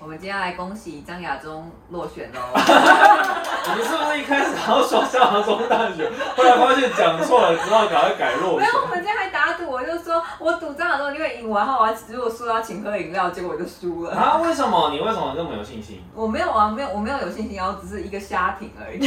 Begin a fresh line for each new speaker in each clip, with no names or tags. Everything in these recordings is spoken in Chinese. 我们今天要来恭喜张亚中落选喽。
我们是不是一开始好像说上杭州大学，后来发现讲错了，只好赶快改落
没
选
有，。我们今天还打赌，我就说我赌张亚中一定会赢，然后我还如果输要请喝饮料，结果我就输了。
啊？为什么？你为什么那么有信 心？
我没有啊，没有，我没有有信心啊，我只是一个瞎挺而已。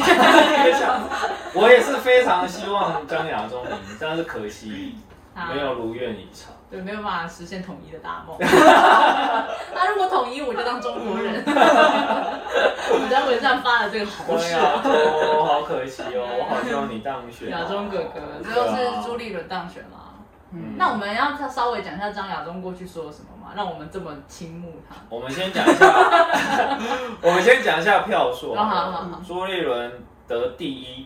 我也是非常希望张亚中赢，但是可惜
啊
没有如愿以偿。
对，没有办法实现统一的大梦。 那如果统一，我就当中国人。我在文上发了这个
张
好事，
亚中，我好可惜啊哦，我好希望你当选。哦
亚中哥哥，最后是朱立伦当选啦。
嗯
那我们要稍微讲一下张亚中过去说了什么吗？让我们这么倾慕他。
我们先讲一下， 我们先讲一下票数
好好好好。
朱立伦得第一，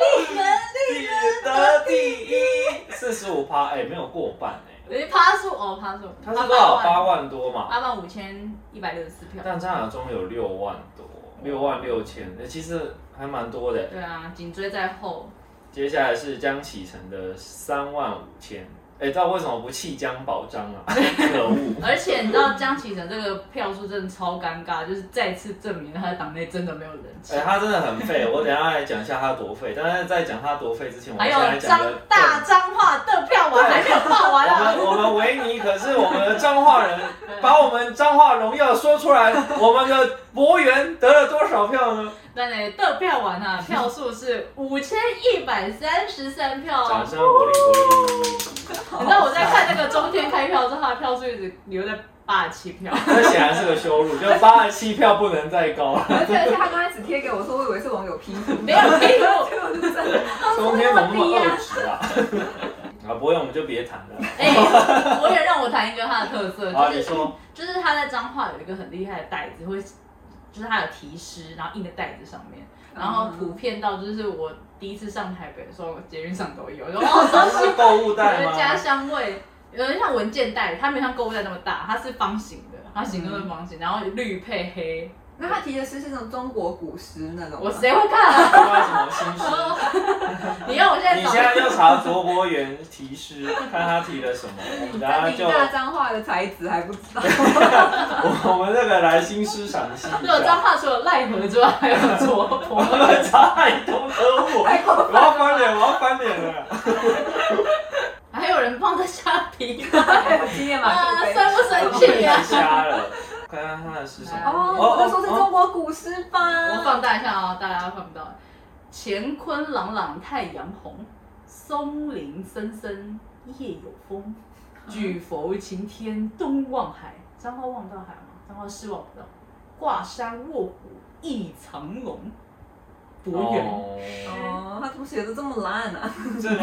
立伦得第一，四十五趴，哎，没有过半哎。
诶，趴数哦，趴数，
他是多少？八
万，
万多嘛？
八万五千一百六十四票。
但张亚中有六万多，六万六千，欸其实还蛮多的。
对啊，紧追在后。
接下来是江启程的三万五千，哎，知道为什么不弃江保张啊？ 可恶！
而且你知道江启程这个票数真的超尴尬，就是再次证明他在党内真的没有人气
哎、。他真的很废，我等一下来讲一下他多废。但是在讲他多废之前，我
还
们先来
有
讲
哎张
个
大脏话的票完还没有报完
我
啊！
们我们维尼可是我们的彰化人，把我们彰化荣耀说出来，我们的博元得了多少票呢？
但呢，得票完啊，票数是五千一百三十三票
掌
啊。
声鼓励鼓励。
你知道我在看那个中天开票的时候，他的票数一直留在八十七票。
那显然是个羞辱，就八十七票不能再高 了。
而且而且他刚开始贴给我说，我以为是网友 P 图，
没有 P 图
结果是真的。
中天怎么那么恶质 啊？啊，不会，我们就别谈了。
哎、我也让我谈一个他的特 色，
啊，
就
你
是
说，
就是他在彰化有一个很厉害的袋子，会就是他有题诗，然后印在袋子上面，然后普遍到就是我第一次上台北的时候，捷运上都有，我 说哦，
这是购物袋
有的家
吗？
乡味，有点像文件袋，它没有像购物袋那么大，它是方形的，它形状是方
嗯
形，然后绿配黑，
那他提的诗是那种中国古诗那种吗，
我谁会看 啊？
不知道什么新 诗？
你要我现哦在
你
找
现在 就查卓博元提诗，看他提了什么，我们等下
那
就
你大脏话的才子还不知道。
我我们这个来新诗赏析一
除了
下。
彰化，除了奈何之外，还有左
我
婆。
们差太多，可恶！我要翻脸，我要翻脸了。
还有人帮他下皮，
还有纪念马克
啊，
杯。
生不生气
太
啊？
瞎了，看看他的诗什么。
哦，我就说是中国古诗吧。
我放大一下啊、大家看不到。乾坤朗朗太阳红，松林森森夜有风，举浮晴天东望海。彰化望到海吗？彰化是望不到。挂山卧虎倚藏龙，多远？
哦
哦，他怎么写的这么烂啊？
这个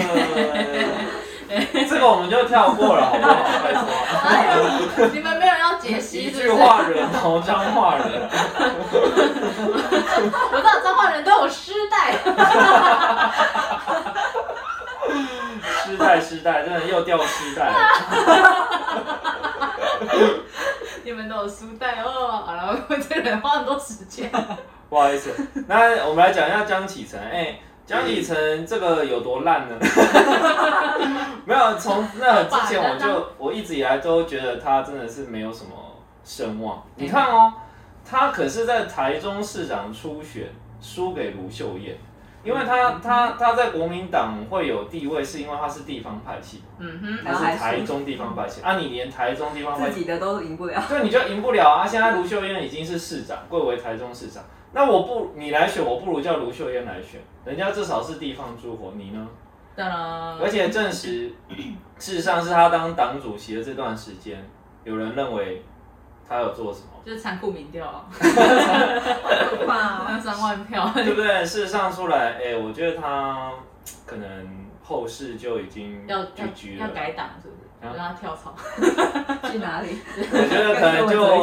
这个我 们就跳过了，好不好？拜托，
哎呦你们没有要解析
一
是
句
不是？
话人哦，彰化人，
我知道彰化人都有诗带，
失代失代，真的又掉失代了。
你们都有书带哦。好了，我这个人花很多时间。
不好意思，那我们来讲一下江启程。哎、江启程这个有多烂呢？没有，从那之前我就我一直以来都觉得他真的是没有什么声望。你看哦，他可是在台中市长初选输给卢秀燕，因为他他他在国民党会有地位，是因为他是地方派系。
嗯哼，
他是台中地方派系啊，你连台中地方派
自
系，
己的都赢不了。
对，你就赢不了啊！现在卢秀燕已经是市长，贵为台中市长，那我不你来选，我不如叫卢秀燕来选，人家至少是地方诸侯，你呢？
当然
而且证 实，事实上是他当党主席的这段时间，有人认为他有做什么，
就是残酷民调啊，
哇，啊
那三万票。
对不对？事实上出来，哎、我觉得他可能后世就已经
要
居居
要
嗯了
要。改党是不是？
啊
让他跳槽。
去哪里？
我觉得可能
跟着我走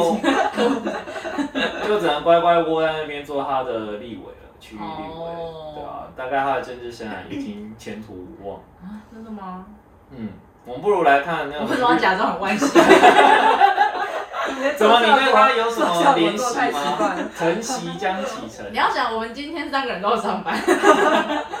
就 就只能乖乖窝在那边做他的立委了，区域立委，
哦
对啊，大概他的政治生涯已经前途无望。
啊，真的吗？
嗯，我们不如来看那
我
个
为什么要假装很惋惜？
怎么你跟他有什么联系
太习 惯
吗
了？
陈习江启程，
你要想，我们今天三个人都有 上班，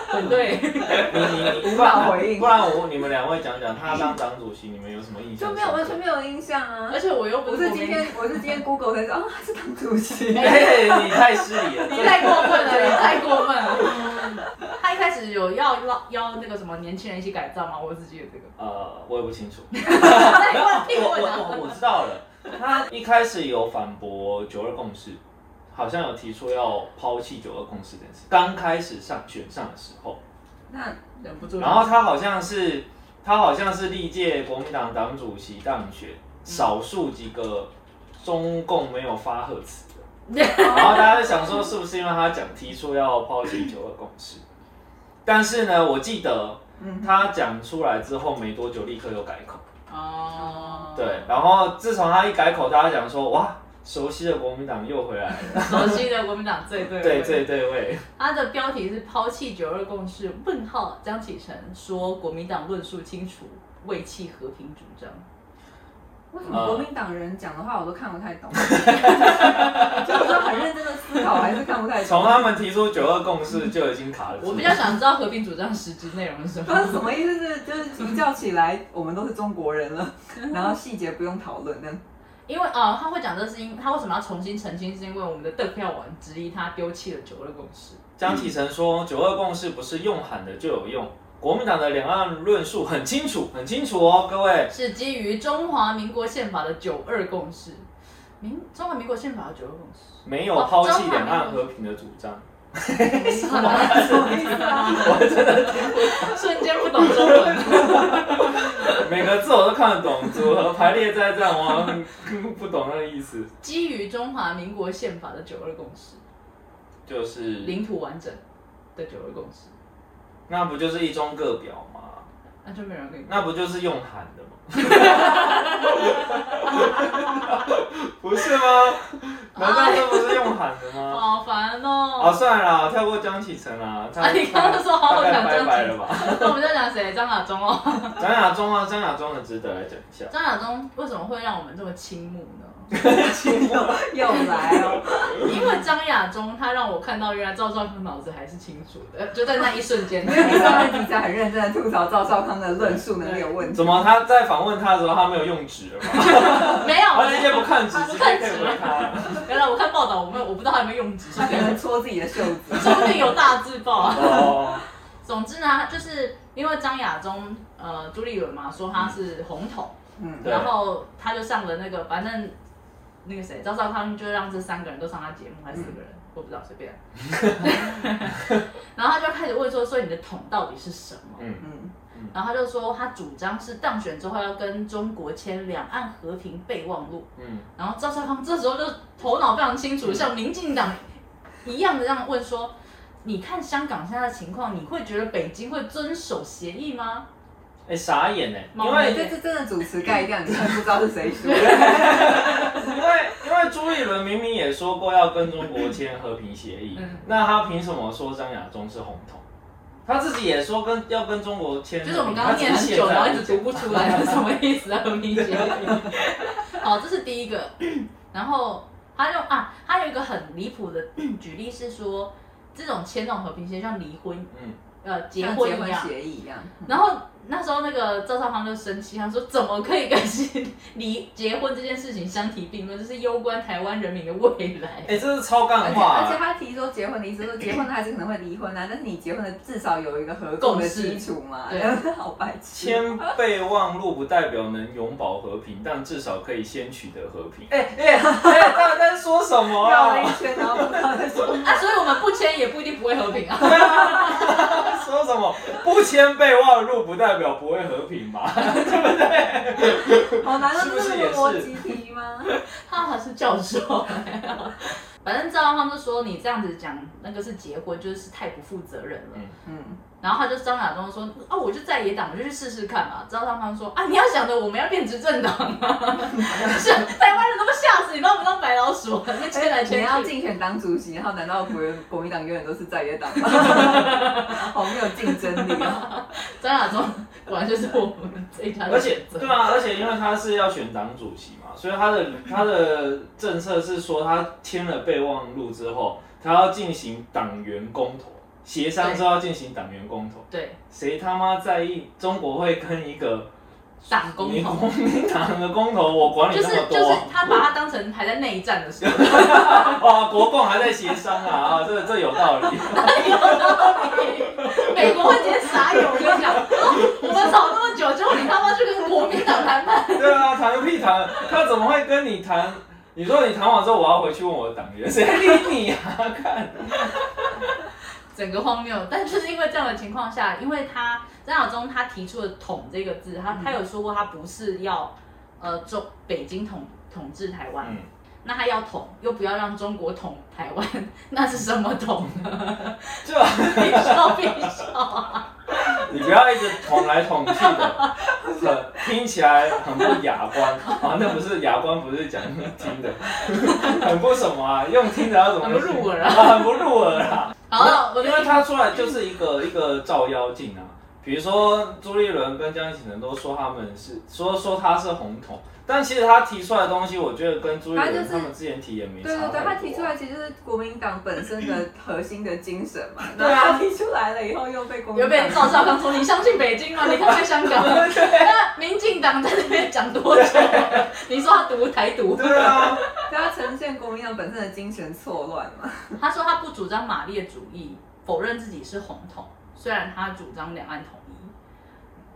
很对。
你你你
无法回应
不然我你们两位讲讲他当党主席，你们有什么印象？
就没有完全。没有印象啊
而。且我又不
我
是
是今天，我是今天 Google 才知道啊，他是党主 席。
哎，你太失礼了。
你太过分 了，你太过分 了。他一开始有要邀邀那个什么年轻人一起改造吗？我只记得这个。
呃，我也不清楚。
没有
我我我我知道了，他一开始有反驳九二共识，好像有提出要抛弃九二共识这件事。刚开始上选上的时候，
那
忍不住。
然后他好像是他好像是历届国民党党主席当选，少数几个中共没有发贺词的。然后大家就想说，是不是因为他讲提出要抛弃九二共识？但是呢，我记得
嗯，
他讲出来之后没多久，立刻又改口。
哦，
对，然后自从他一改口，大家讲说，哇，熟悉的国民党又回来了，
熟悉的国民党最对味
对对对位，
他的啊标题是“抛弃九二共识”，问号江启臣说国民党论述清楚，为弃和平主张。
为什
啊
么国民党人讲的话我都看不太懂？ 就是说很认真的思考，还是看不太懂。
从他们提出九二共识就已经卡了住。
我比较想知道和平主张实质内容是什
他是什
么。
么意思是？就是一叫起来，我们都是中国人了，然后细节不用讨论，那样
因为啊、呃他会讲这是因他为什么要重新澄清，是因为我们的邓票王质疑他丢弃了九二共识。
江启臣说，九二共识不是用喊的就有用。国民党的两岸论述很清楚，很清楚哦，各位。
是基于中华民国宪法的九二共识。民中华民国宪法的九二共识，
没有抛弃两岸和平的主张，
什么意思啊？我真的 瞬间不懂中文。
每个字我都看得懂，组合排列在这样，我好像 不懂那个意思，
基于中华民国宪法的九二共识，
就是
领土完整的九二共识，
那不就是一中各表吗？
那就没有人跟你。
那不就是用喊的吗？不是吗？难道这不是用喊的吗？
好
啊，
烦哦！
算了啦，跳过江启程啦。他
啊你刚刚说好
大概
想
拜
江启
拜了吧？
那我们在讲谁？张亚中哦。
张亚中啊，张亚中很值得来讲一下。
张亚中为什么会让我们这么倾慕呢？
又来哦。
因为张亚中他让我看到，原来赵少康脑子还是清楚的，就在那一瞬 间。
因为你上面你在很认真的吐槽赵少康的论述能力有问题，
怎么他在访问他的时候，他没有用纸了吗？
没有，
他直接不看纸，直接
看
可以
纸
回他。
原来我看报道，我没有，我不知道他有没有用纸，是
他
这
可
样
能戳自己的袖子。
说不定有大字报啊。
哦，
总之呢，就是因为张亚中，呃，朱立伦嘛，说他是红统，
嗯，
对
然后他就上了那个，反正那个谁，赵少康就让这三个人都上他节目，还是四个人，我不知道，随 便。然后他就开始问说，所以你的统到底是什么？
嗯，
嗯，
然后他就说，他主张是当选之后要跟中国签两岸和平备忘录。
嗯，
然后赵少康这时候就头脑非常清楚，像民进党一样的这样问说：“你看香港现在的情况，你会觉得北京会遵守协议吗
哎、傻眼哎、
毛
因
眉
为
哎这次真的主持盖掉，你真的不知道是谁输的。
因为因为朱立伦明明也说过要跟中国签和平协议，
嗯
那他凭什么说张亚中是红头？他自己也说跟要跟中国？”签和
就
平，
是我们刚刚念很久，然
他
后
只
一
是
直
写在
读不出来是什么意思啊，很明显。好，这是第一个。然后他就啊，他有一个很离谱的举例是说，这种签那种和平协议，像离婚
嗯，
呃结
像
婚
结
一
婚
样，
协议一样，
然后那时候那个赵少康就生气，他说怎么可以跟离结婚这件事情相提并论，这是攸关台湾人民的未来
哎、。这是超
而
干
且
话、
而且
啊。
他提说结婚的意思说结婚还是可能会离婚啊，但是你结婚的至少有一个合共的基础嘛，
共
好 白痴。
千备忘录不代表能永保和平，但至少可以先取得和平。哎、
哎，
哎、大家在说什 么
绕了一
啊？
圈，然后不知道在说什么。
啊，所以我们不签也不一定不会和平啊。
说什么不千备忘录不代表不会和平嘛？
哦，难道
是不
这
是
是
也是
逻辑题吗？
他好像是教授，反正知道他们就说你这样子讲那个是结婚，就是太不负责任了。
嗯
嗯，
然后他就张亚东说：“哦，我就在野党，我就去试试看嘛。”知道他们说：“啊，你要想着我们要变执政党啊！” 是台湾人都被吓死，你把我们当白老鼠，啊那
而
圈来
哎且你
圈
要
去。
竞选党主席，然后难道国国民党永远都是在野党吗？好没有竞争力啊！
张亚东果然就是我们这一家的
而且
选择
对啊，而且因为他是要选党主席嘛，所以他 的他的政策是说，他签了备忘录之后，他要进行党员公投，协商之后要进行党员公投。
对
谁他妈在意中国会跟一个
党公
民
投。
国民党的公投？我管你
就
那
是
么
就
多
是
啊！
他把它当成还在内战的时候，
哇，啊哦国共还在协商啊啊，这这有道理。
美国会直接傻眼，我跟你讲，哦我们吵那么久，结果你他妈去跟国民党谈判，
对啊，谈个屁谈！他怎么会跟你谈？你说你谈完之后，我要回去问我的党员，谁理你啊？ 看，
整个荒谬。但就是因为这样的情况下，因为他张晓忠他提出了“统”这个字，他他有说过他不是要呃中北京统统治台湾，
嗯，
那他要统又不要让中国统台湾，那是什么统呢？
就
别笑别笑啊！
你不要一直捅来捅去的，很听起来很不雅观啊！那不是雅观，不是讲听的，很不什么啊？用听的要怎么
很不入耳
啊？
啊！
很不入耳啊！
好了，我
因为他出来就是一个一个照妖镜啊。比如说朱立伦跟江启臣都说他们是说说他是红桶，但其实他提出来的东西，我觉得跟朱立
他就
伦
是
他们之前提也没差
对对对，
太
他
多啊
提出来其实是国民党本身的核心的精神 嘛。
对啊
那他提出来了以后又被国民
有
党
被赵少康说你相信北京吗？你看看香港，那民进党在那边讲多久？你说他读台独，
对啊，
对他呈现国民党本身的精神错乱嘛。
他说他不主张马列主义，否认自己是红统，虽然他主张两岸统一。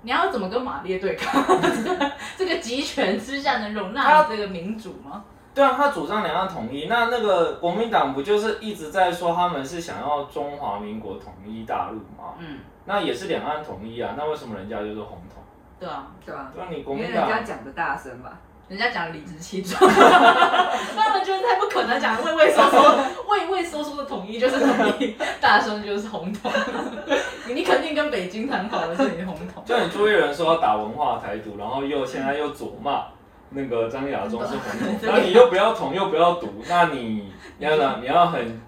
你要怎么跟马列对抗？ 这个集权之下能容纳你这个民主吗？
对啊，他主张两岸统一，那那个国民党不就是一直在说他们是想要中华民国统一大陆吗？
嗯，
那也是两岸统一啊，那为什么人家就是红统？
对啊，
对吧？
对啊，你国
因为
民
人
党
家讲的大声吧，
人家讲理直气壮， 他们觉得太不可能讲畏畏缩缩，畏畏缩缩的统一就是统一，大声就是红统。 你肯定跟北京谈好了，是你的红统。
就你朱立伦说要打文化台独，然后又现在又左骂那个张亚中是红 统，那你又不要统又不要独，那你你要 呢？你要很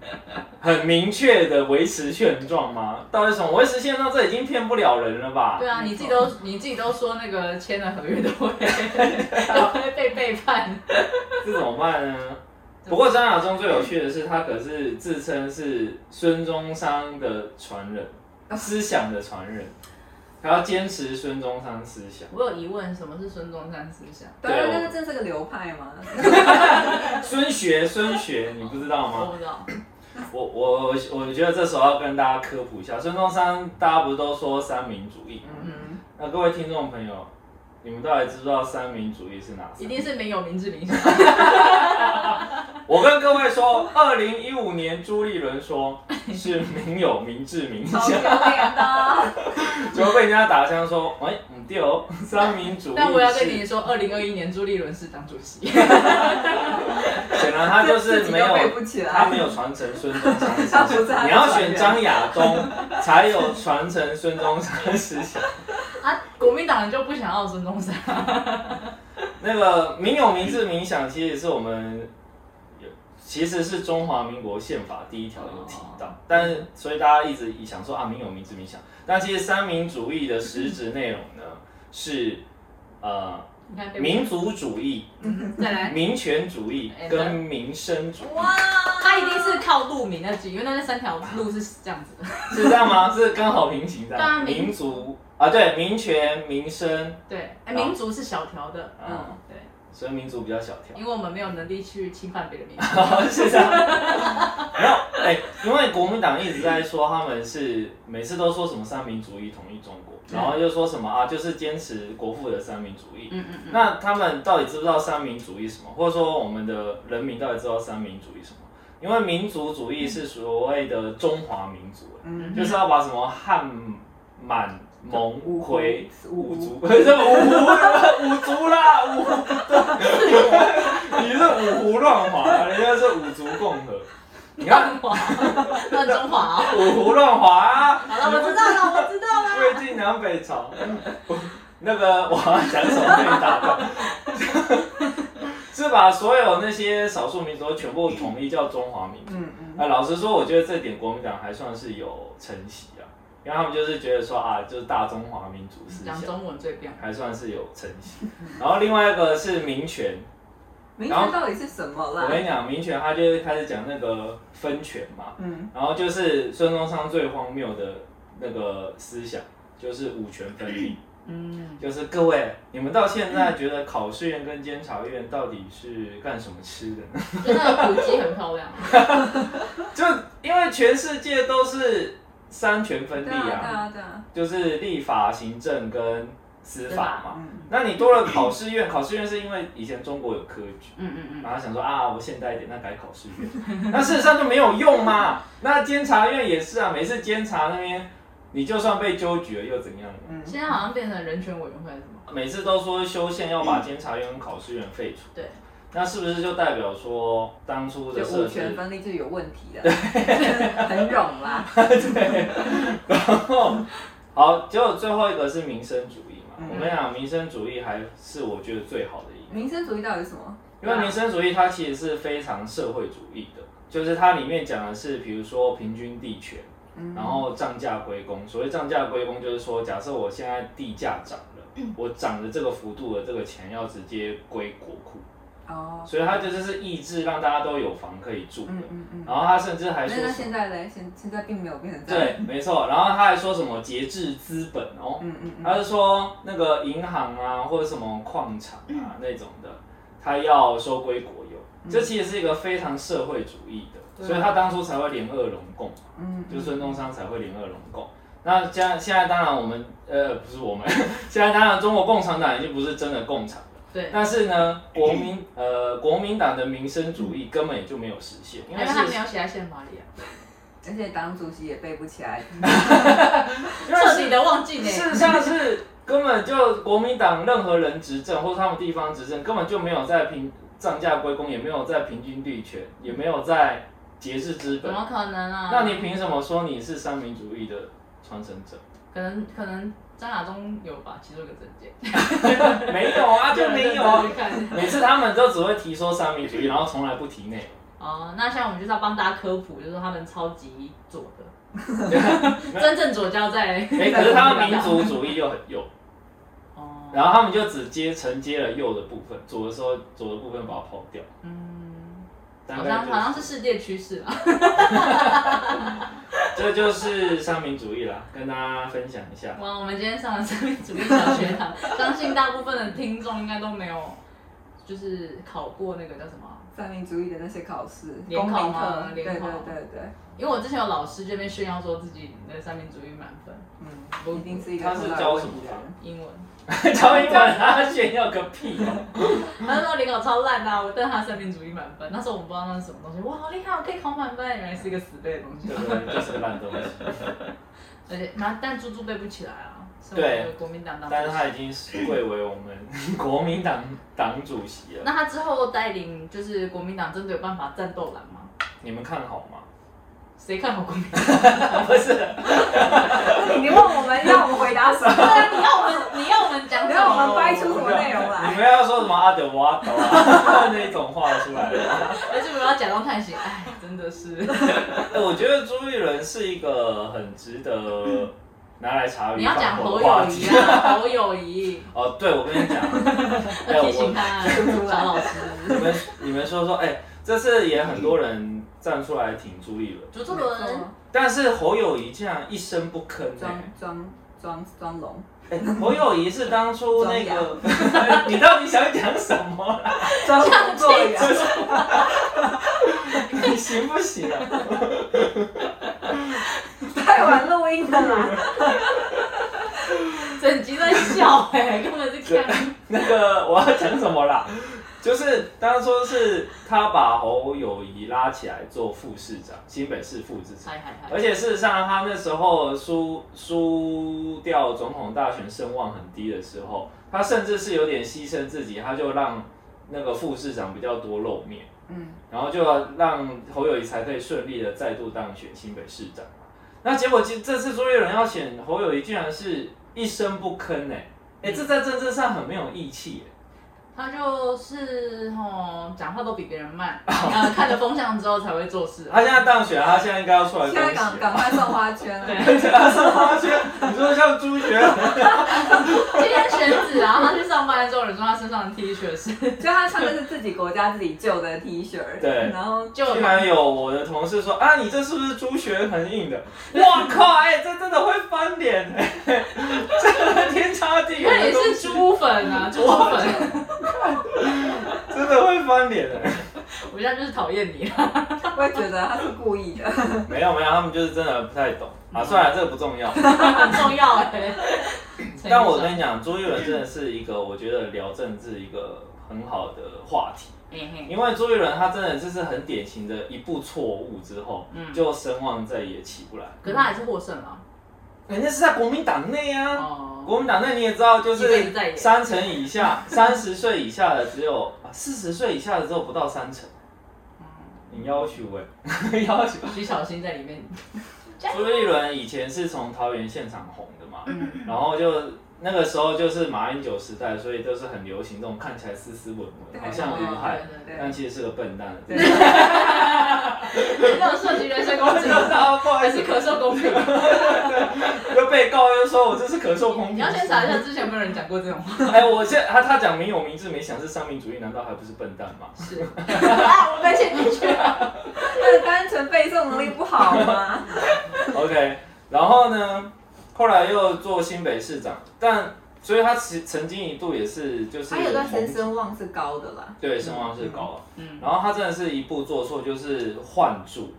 很明确的维持现状吗？到底什么维持现状？这已经骗不了人了吧？
对啊，你自己都你自己都说那个签了合约都会 都会被背叛。
这怎么办呢？不过张亚中最有趣的是，他可是自称是孙中山的传人，
哦
思想的传人，他要坚持孙中山思想。
我有疑问，什么是孙中山思想？
对
对
啊，
我
那这是个流派嘛。
孙学，孙学，你不知道
我
吗？
不知道。
我我我我觉得这时候要跟大家科普一下，孙中山大家不是都说三民主义吗？
嗯，
那各位听众朋友，你们到底知不知道三民主义是哪三
一
民？
定是没有明治 明显。
我跟各位说，二零一五年朱立伦说是民有、民治、民
超
享
丢。脸的。
结果被人家打枪说，哎、嗯，对哦， 三民主义。
但我要跟你，说，二零二一年朱立伦是党主席。
显然 他就是没有
自己都背不起，来
他没有传承孙中山思
他不是他
想。
的
你要选张亚中，才有传承孙中山思想。
啊，国民党人就不想要孙中山。
那个民有、民治、民享，其实是我们有，其实是中华民国宪法第一条有提到，但是所以大家一直想说啊，民有、民治、民享，但其实三民主义的实质内容呢是呃
你看，被嗯
民族主义、
再来。
民权主义
哎
跟民生主义。
哇，
他一定是靠路名那句，因为那三条路是这样子的。
是这样吗？是跟好平行这
对啊
样，
民
民族啊，对，民权、民生，
对，哎，民族是小条的，
嗯
嗯，对，
所以民族比较小条。
因为我们没有能力去侵犯别的民族。
是这样。没有，哎、因为国民党一直在说他们是每次都说什么三民主义统一中国，
嗯
然后又说什么啊，就是坚持国父的三民主义。
嗯嗯嗯。
那他们到底知不知道三民主义什么，或者说我们的人民到底知道三民主义什么？因为民族主义是所谓的中华民族，哎
嗯，
就是要把什么汉、满、蒙、回、
五
五族， 这五胡五族啦，五胡，对，你是五胡乱华，人家是五族共和。 你看
嗯乱滑，乱中华哦。
五胡乱华啊，
好了，我知道了，我知道了。
魏晋南北朝。那个我要讲什么被你打断， 是把所有那些少数民族都全部统一叫中华民族。
嗯嗯，
啊，老实说，我觉得这点国民党还算是有承袭啊，因为他们就是觉得说啊，就是大中华民族思
讲
想，
中文最标。
还算是有承袭。然后另外一个是民权，
民
然后
权到底是什么
我跟
啦？
你讲，民权他就是开始讲那个分权嘛，
嗯，
然后就是孙中山最荒谬的那个思想，就是五权分立，
嗯，
就是各位你们到现在觉得考试院跟监察院到底是干什么吃的呢？
就那个古迹很漂亮。
就因为全世界都是三权分立
对啊对啊对啊，
就是立法、行政跟司法嘛。
嗯
那你多了考试院，考试院是因为以前中国有科举，
嗯嗯
然后想说啊，我现代一点，那改考试院， 那事实上就没有用嘛。那监察院也是啊，每次监察那边，你就算被纠举了又怎样呢？
嗯
嗯，，现在好像变成人权委员会了，是吗？
每次都说修宪要把监察院跟考试院废除，
对，
那是不是就代表说当初的
就
设置
五权分立就有问题了， 很冗啦。
好？结果最后一个是民生主义嘛。
嗯
我跟你讲，民生主义还是我觉得最好的一个。
民生主义到底是什么？
因为民生主义它其实是非常社会主义的，就是它里面讲的是，比如说平均地权，
嗯
然后涨价归公。所谓涨价归公，就是说，假设我现在地价涨了，
嗯
我涨的这个幅度的这个钱要直接归国库，
哦，
所以它就是是抑制让大家都有房可以住的
嗯。嗯嗯，
然后他甚至还
那
说
那
什
现
么，
在嘞，现现在并没有变成这样。
对，没错。然后他还说什么节制资本哦，
嗯嗯
他
嗯，
是说那个银行啊，或者什么矿场
嗯
啊那种的，他要收归国有。这其实是一个非常社会主义的，
对啊
所以他当初才会联俄容共嘛，
嗯，
就是孙中山才会联俄容共。那现在现在当然我们呃不是我们， 现在当然中国共产党已经不是真的共产了，
对，
但是呢，国民呃国民党的民生主义根本也就没有实现，因
因为
为
哎他没
是
有写在宪法里啊，
而且党主席也背不起 来，
因为
彻
是
底的忘记呢。
事实上是根本就国民党任何人执政或他们地方执政根本就没有在平涨价归公，也没有在平均地权，也没有在节制资
怎
本。
么可能啊？
那你凭什么说你是三民主义的传承者？
可能可能张亚中有吧，其中一个证件。
没有啊，就没有 啊。
看。
每次他们都只会提说三民主义，然后从来不提 内容。
哦，那像我们就是要帮大家科普，就是说他们超级左 的，
没有
真正左交在。
哎、可是他们民族主义又很右，
哦，
然后他们就只接承接了右的部分，左的时候左的部分把它抛掉。
嗯，
大
好
概
像
就
好像是世界趋势啊。
这就是三民主义啦，跟大家分享一 下。
哇，我们今天上了生命主义小学 堂，相信大部分的听众应该都没有，就是考过那个叫什么啊？
三民主义的那些考试，
联
公
考
民
吗
课，对对
联考
对对，
因为我之前有老师这边炫耀说自己的三民主义满分，
嗯，一定是一个
他是
头脑
教
有问
什么
题的啊人。
英文，
超英文他炫耀个屁 哦！
他说联考超烂的、啊，我但他三民主义满分，那时候我们不知道那是什么东西，哇，好厉害，我可以考满分，原来是一个死背的东西
对，不对？就是个烂东西，
而且那但猪猪背不起来啊，是我
对
们的国民党党主席
但是他已经贵为我们国民党党主席了。
那他之后带领就是国民党真的有办法战斗蓝吗？
你们看好 吗？
谁看好国民党？
不是，
你问我们要我们回答什 么？
对啊，你要我们你要我们讲
你
什
要我
么？
们 掰出什么内容
你
来？
们要说什么阿德瓦斗啊那种话出来了。
而且我要假装叹息，哎，真的是，
哎我觉得朱立伦是一个很值得拿来茶余
你要
饭
讲
后
侯
的话
友谊
题。
啊，侯友谊，
哦，对，我跟 你讲， 哎
要提
我
醒 他，
我
小老师，
你们你们说说，哎、这次也很多人站出来挺朱立伦，
竹竹轮，
但是侯友谊竟然一声不吭、
装
欸。
装装 装聋，
哎、侯友谊是当初那个
装，
你到底想讲什么 啦？
装聋作哑。
你行不行啊？
太晚录音 了啦！
整集在笑哎， 根本是看，
那个我要讲什么啦？就是当初是他把侯友谊拉起来做副市长，新北市副市长。
嗨嗨
而
嗨，
且事实上，他那时候输输掉总统大选声望很低的时候，他甚至是有点牺牲自己，他就让那个副市长比较多露面。
嗯，
然后就要让侯友谊才可以顺利的再度当选新北市长嘛。那结果这这次朱立伦要选侯友谊，竟然是一声不吭哎、
嗯
哎、这在政治上很没有义气、欸。
他就是哦，讲话都比别人慢，呃，看了风向之后才会做事。啊
他现在当选，他现在应该要出来
现
恭喜
在赶
了。
赶快送花圈了。
对，
他啊是花圈，你说像朱学 恒
今天选子，然后他去上班的时候，人说他身上的 T 恤是
就他穿的是自己国家自己旧的 T 恤，
对
然后
就
竟然有我的同事说啊，你这是不是朱学恒印的？ 哇靠！哎、这真的会翻脸、欸， 这个天差地
因为
远的
你
东
是
西，
猪粉 啊，猪粉，
真的会翻脸、欸。
我现在就是讨 厌你。
我也觉得他是故意的。
没有没有，他们就是真的不太懂
嗯
啊。算了，这个不重要。
很重要哎、
但我跟你讲，朱一伦真的是一个我觉得聊政治一个很好的话题，
你，
因为朱一伦他真的就是很典型的一步错误之后，
嗯
就声望再也起不来。
可是他还是获胜了。
人家是在国民党内啊。
哦，
国民党内你也知道，就
一辈子
是
在野
三成以下、 三十岁以下的只有，啊四十岁以下的只有不到三成。
嗯
你要求 哎、要求。
徐小新在里面，
朱立伦以前是从桃园现场红的嘛，
嗯，
然后就那个时候就是马英九时代，所以都是很流行这种看起来斯斯文文，
对哦
好像无害，
哦对对
但其实是个笨蛋。
对，
对，没有涉及人身攻击，
啊，不好
还
意思
是，可受公 平。
又被告又说我这是可受公平。
你要先查一下之前有没有人讲过这 种话。
哎，我现在他他讲明有明智没想是三民主义，难道还不是笨蛋吗？
是，啊，我被陷进去了。
他的单纯背诵能力不好 吗？
OK，然后呢，后来又做新北市长，但所以他其曾经一度也是就是
他有段时间
红
声望是高的啦，
对声望是高啊，
嗯，
然后他真的是一步做错，就是换柱，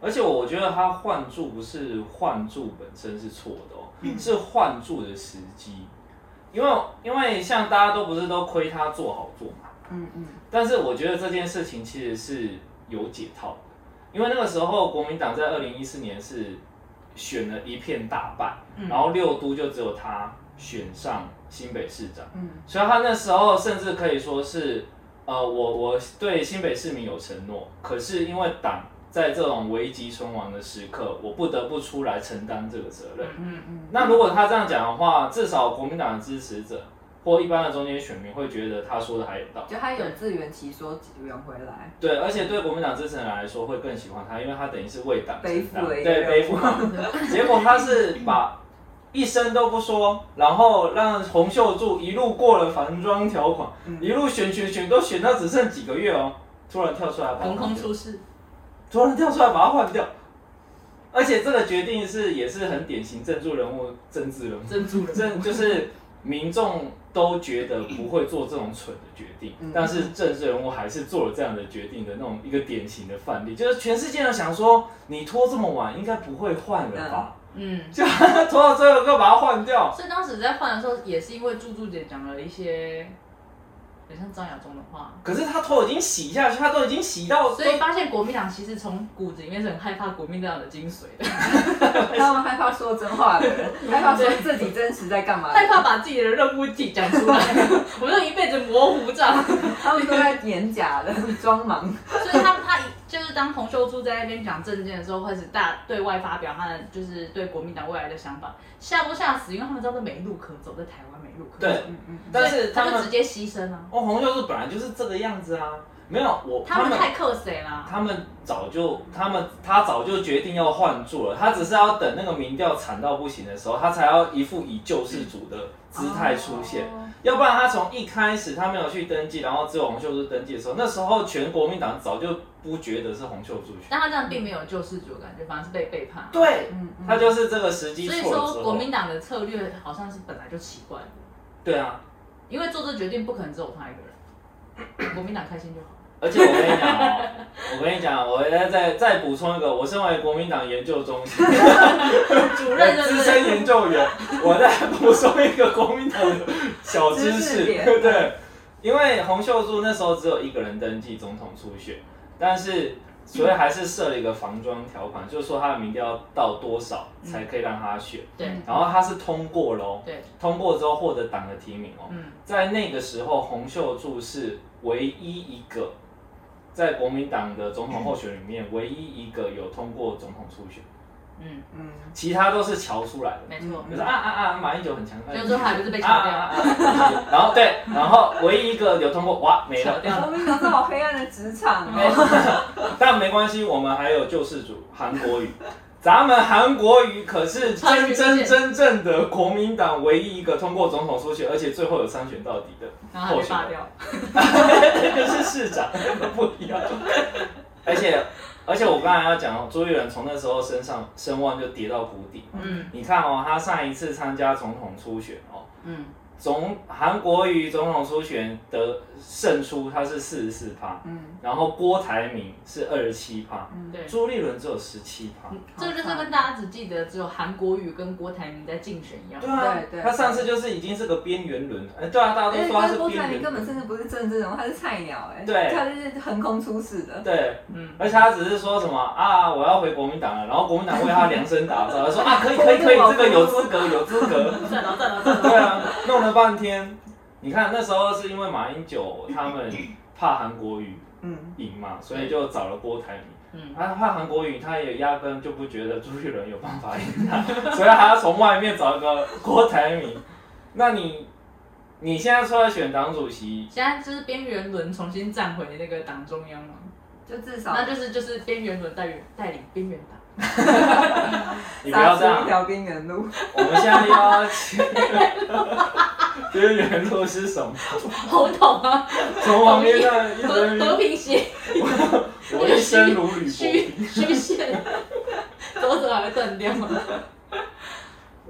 而且我觉得他换柱不是换柱本身是错的哦，是换柱的时机，因为因为像大家都不是都亏他做好做嘛，
嗯嗯，
但是我觉得这件事情其实是有解套的，因为那个时候国民党在二零一四年是选了一片大败，
嗯
然后六都就只有他选上新北市长，
嗯
所以他那时候甚至可以说是，呃，我我对新北市民有承诺，可是因为党在这种危急存亡的时刻，我不得不出来承担这个责任。
嗯
嗯
那如果他这样讲的话，至少国民党的支持者或一般的中间选民会觉得他说的还有道理。
嗯，就他有自圆其说，圆回 来，
对，而且对国民党支持人来说会更喜欢他，因为他等于是为党
背
承担
负了一个
对背负。 结果他是把一声都不说，然后让洪秀柱一路过了繁庄条款，
嗯
一路选选选，都选到只剩几个月哦，突然跳出来把他
横空
换掉，
出世，
突然跳出来把他换掉。而且这个决定是也是很典型政治人物政治人物
珍珠人。
政就是民众都觉得不会做这种蠢的决定，
嗯
但是政治人物还是做了这样的决定的那种一个典型的范例，就是全世界人想说你拖这么晚应该不会换了吧，
嗯，
就拖到最后一个把它换掉。
所以当时在换的时候，也是因为猪猪姐讲了一些很像张亚中的话，
可是他头已经洗下去，他都已经洗到，
所以发现国民党其实从骨子里面是很害怕国民党的精髓 的，
他们害怕说真话的 人，害怕说自己真实在干嘛的
害
人，
怕把自己的任务体讲出来， 我就一辈子模糊账。
他们都在演假的， 装忙。
所以他他就是当洪秀柱在那边讲政见的时候，开始大对外发表他的就是对国民党未来的想法，吓不吓死？因为他们知道这没路可走，在台湾没路可走，
对，
嗯嗯嗯，
但是
他
他
们
们
直接牺牲啊，
哦，红就是本来就是这个样子啊，没有我
他们太克谁啦？
他们早就，他们他早就决定要换柱了，他只是要等那个民调惨到不行的时候，他才要一副以救世主的姿态出现，
哦
要不然他从一开始他没有去登记，然后只有洪秀柱登记的时候，那时候全国民党早就不觉得是洪秀柱选，
但他这样并没有救世主的感觉，反而是被背叛。
对，
嗯嗯，
他就是这个时机
所以
错了之
说，国
后，
民党的策略好像是本来就奇怪的，
对啊，
因为做这决定不可能只有他一个人， 国民党开心就好。
而且我跟你讲哦，我跟你讲，我再再再补充一个，我身为国民党研究中心
主任对不
资
对
深？研究员，我再补充一个国民党的小知
知
识，
识点
对，因为洪秀柱那时候只有一个人登记总统初选，但是所以还是设了一个防庄条款，就是说他的民调要到多少才可以让他选，
对
然后他是通过喽，
嗯对，
通过之后获得党的提名哦，
嗯，
在那个时候洪秀柱是唯一一个在国民党的总统候选人里面，唯一一个有通过总统初选，
嗯，
嗯，
其他都是瞧出来的。
没错，
就是啊啊啊，马英九很强，
就是说他还不是被
啊
敲
啊
掉，
啊啊然后对，然后唯一一个有通过，哇，没
敲
了。
嗯掉
国
了，
民党是好黑暗的职场
没
哦。
但没关系，我们还有救世主韩国瑜。咱们韩国瑜可是真真真正的国民党唯一一个通过总统初选，而且最后有参选到底的，
然后他被罢掉，
这个是市长不一样。而且而且我刚才要讲，朱立伦从那时候身上声望就跌到谷底。
嗯
你看哦，他上一次参加总统初选哦，
嗯，
总韩国瑜总统初选的胜出他是四十四趴，
嗯
然后郭台铭是二十七趴，
嗯，
对，
朱立伦只有十七趴。
这就是跟大家只记得只有韩国瑜跟郭台铭在竞选一样
对，啊
对，对
他上次就是已经是个边缘轮，哎，对啊，大家都
因为
说他是
郭台
边
铭
缘
根本甚
轮。
至不是政治人物，他是菜鸟哎、
对
他就是横空出世的。
对，
嗯，
而且他只是说什么啊，我要回国民党了，然后国民党为他量身打造，他说啊，可以可以可以，这个有资格有资格。
算了算了算了，
对啊，弄了半天，你看那时候是因为马英九他们怕韩国瑜
嗯，
赢嘛，所以就找了郭台铭。
嗯，
他怕韩国瑜，他也压根就不觉得朱立伦有办法赢他，所以还要从外面找一个郭台铭。那你你现在出来选党主席，
现在就是边缘轮重新站回那个党中央嘛，
就至少
那就是就是边缘轮带领带领边缘党，
你不
杀
要这
出一
样。
条边缘路。
我们现在要去，边缘路是什么？
好懂 啊，
从旁边看一
和和
堆，
平鞋
我一生如履薄
虚
冰。
虚线，走走还会断掉，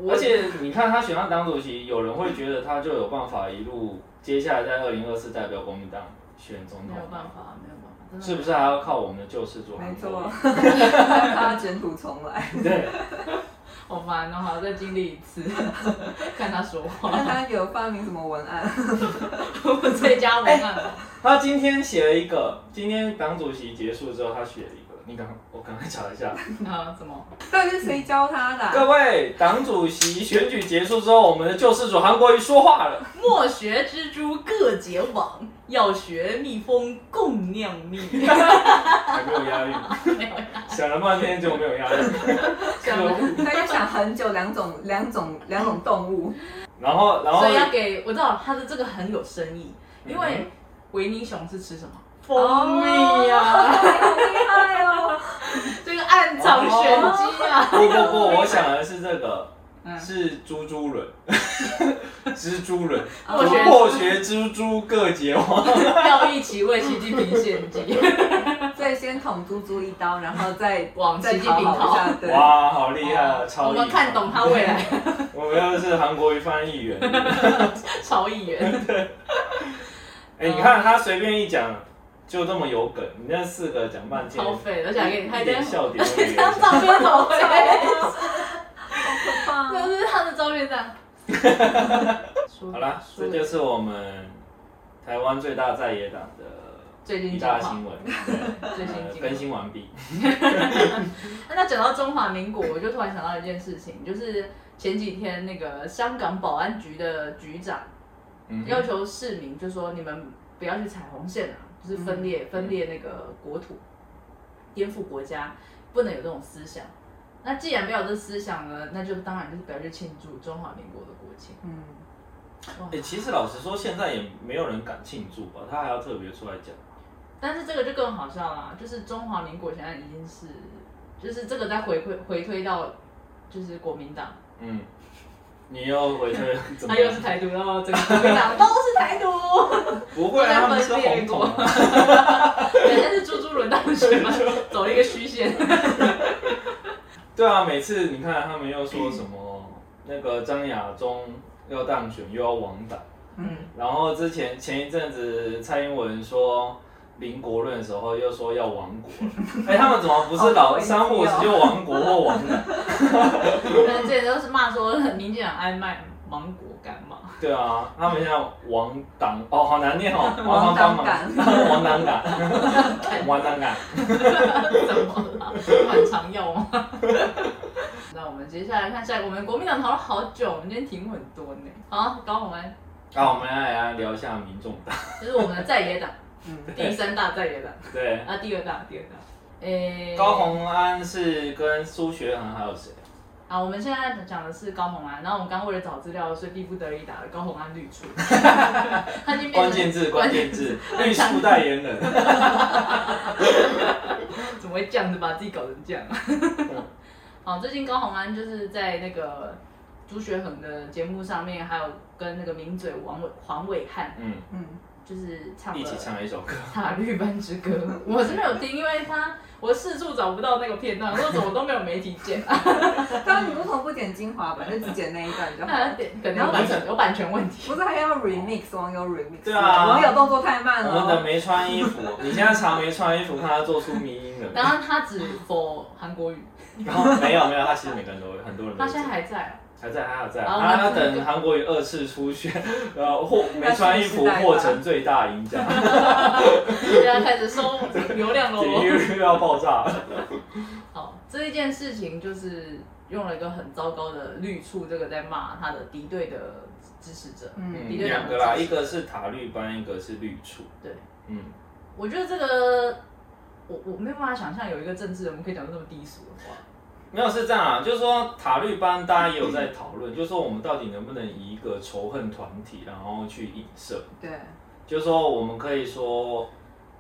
而且你看他选上党主席，有人会觉得他就有办法一路接下来在二零二四代表国民党选总
没
统
有，办法，没有办法，真的
是不是还要靠我们的救世主韩
没
国瑜
错，他卷土重来，
对，
好烦哦，好再经历一 次，看他说话，
但他有发明什么文案？
最佳文案，
他今天写了一个，今天党主席结束之后，他写了一个，你刚我刚才查一 下，
啊什么？
到底是谁教他的 啊、
各位，党主席选举结束之后，我们的救世主韩国瑜说话了，
莫学蜘蛛各结网，要学蜜蜂共酿蜜。
还没有押韵， 想了半天就没有押韵，
想
可
了
恶。
他就想很久，两种两种两种 动物，
然后，然后
所以要给我知道他的这个很有深意，因为维尼熊是吃什么？哦
蜂蜜
啊
呀、
厉害哦！
这个暗藏玄机啊！
不不不，我想的是这个。
嗯
是猪猪人， 蜘蛛人，
哦我觉得
破学蜘蛛各结网，
要一起为习近平献计，
所以先捅猪猪一刀，然后再
往习
再
近
讨
平
好一
跑。
下，对，
哇，好厉害啊，超
哦我
厉
们看
害！
懂他未来
我们要是韩国瑜翻译员，
朝议员，
哎，你
哦
看他随便一讲就这么有梗，你那四个讲半天，
超废的，而且还给你
一
还在
点笑点
而
都没
且这
有
张。照片怎么回
可怕
对，就是他的照片这样。
好啦，这就是我们台湾最大在野党的
最近
一
中
大
华
新， 闻，对
最
呃
近
更
近
新完毕。
况。那讲到中华民国，我就突然想到一件事情，就是前几天那个香港保安局的局长
嗯哼
要求市民，就说你们不要去踩红线啊，就是分裂、分裂那个国土，颠覆国家，不能有这种思想。那既然没有这思想呢，那就当然就是不要去庆祝中华民国的国庆。
嗯，
哇
哎，其实老实说，现在也没有人敢庆祝吧，他还要特别出来讲。
但是这个就更好笑啦，就是中华民国现在已经是，就是这个在回馈回推到就是国民党，
嗯，你又回去怎么
他
样？
又是台独，然后整个国民党都是台独，
不会啊，他们是
在
红
分裂国
统啊。
对，但是猪猪轮当选嘛，走一个虚线，
对啊，每次你看他们又说什么，那个张亚中要当选又要亡党，
嗯，
然后之前前一阵子蔡英文说。邻国论的时候又说要亡 国，哎、他们怎么不是
好 诡
老
异哦
三五十就亡国或亡 党？
那这都是骂说民进党爱卖芒果干嘛，
对啊，他们现在亡党哦，好难念哦，
王党
嘛
感，
亡党感， 亡党感。
怎么啦？很常用吗？ 那我们接下来看下一个，我们国民党讨论好久，我们今天题目很多呢。好，高红安，
那、我们来聊一下民众党，
就是我们的在野党，
嗯
第三大在野党
对，
啊，第二大，第二大。诶、
高洪安是跟苏学恒还有谁？
啊，我们现在讲的是高洪安，然后我们刚为了找资料，所以逼不得已打了高洪安绿 处， 他已经变成
关键字，关键字，绿树代言 人。
怎么会这样子把自己搞成这样啊？ 好，最近高洪安就是在那个朱学恒的节目上面，还有跟那个名嘴王伟黄伟汉
嗯，
嗯，
就是唱了
一起唱了一首歌。
塔绿班之歌》， 我是没有听，因为他我四处找不到那个片段，我说怎么都没有媒体剪啊，
当然你为什么不剪精华版，就只剪那一段就好
那
嗯
了？
点可能有版权有版权问题。
不是还要 remix 网友 remix？
对啊
网友动作太慢
我
了
们的
哦。
没穿衣服，你现在查没穿衣服，看他做出迷音了没。
然后他只否韩国语，
然后没有没有，他其实每个人都会，很多人都
他
会
现在
做
还在 啊。
还在，还有在，
好
他
那
要
这个
等韩国瑜二次出选，然后或没穿衣服
那是时代吧
或成最大赢 家，
现在开始收流量哦喽。
体育又要爆炸 了。
好，这一件事情就是用了一个很糟糕的绿处，这个在骂他的敌对的支持者。
嗯，
嗯
你对
两个啦，
两个支持
一个是塔绿班，一个是绿处。
对，
嗯，
我觉得这个，我我没有办法想象有一个政治人物可以讲得这么低俗的话。
没有是这样啊，就是说塔绿班大家也有在讨论，就是说我们到底能不能以一个仇恨团体，然后去影射，
对，
就是说我们可以说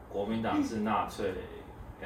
国民党是纳粹。欸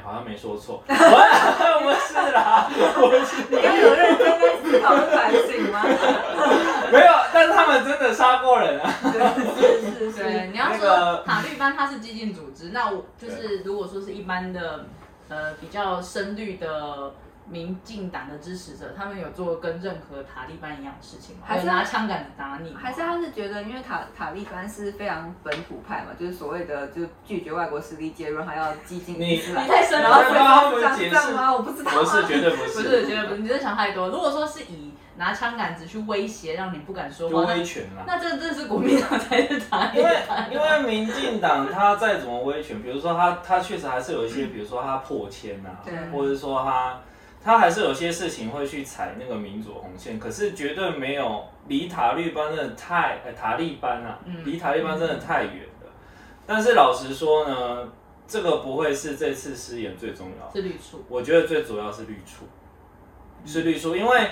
好像没说 错， 不是啦，不是，
你刚有认真在思考跟反省吗？
没有，但是他们真的杀过人啊，
对，是
对，
是是。
你要
那个
说塔利班它是激进组织，那我就是如果说是一般的呃比较深绿的民进党的支持者，他们有做跟任何塔利班一样的事情吗？
还是
有拿枪杆子打你吗？
还是他是觉得，因为塔塔利班是非常本土派嘛，就是所谓的就是拒绝外国势力介入，还要激进伊斯兰。
你太深
然后
了
所以
他们解释
这样吗？我不知道啊。
不是，绝对不
不
是，
是，觉得你真的想太多。如果说是以拿枪杆子去威胁，让你不敢说
就
话，
威
那
权啦。
那这真的是国民党才是打
因
野
为因为民进党他再怎么威权，比如说他他确实还是有一
嗯
些，比如说他破千啊
对，
或者说他他还是有些事情会去踩那个民主红线，可是绝对没有离塔利班真的太呃塔利班啊，
嗯
离塔利班真的太远了。但是老实说呢，这个不会是这次失言最重要的。
是绿处。
我觉得最主要是绿处，是绿处，因为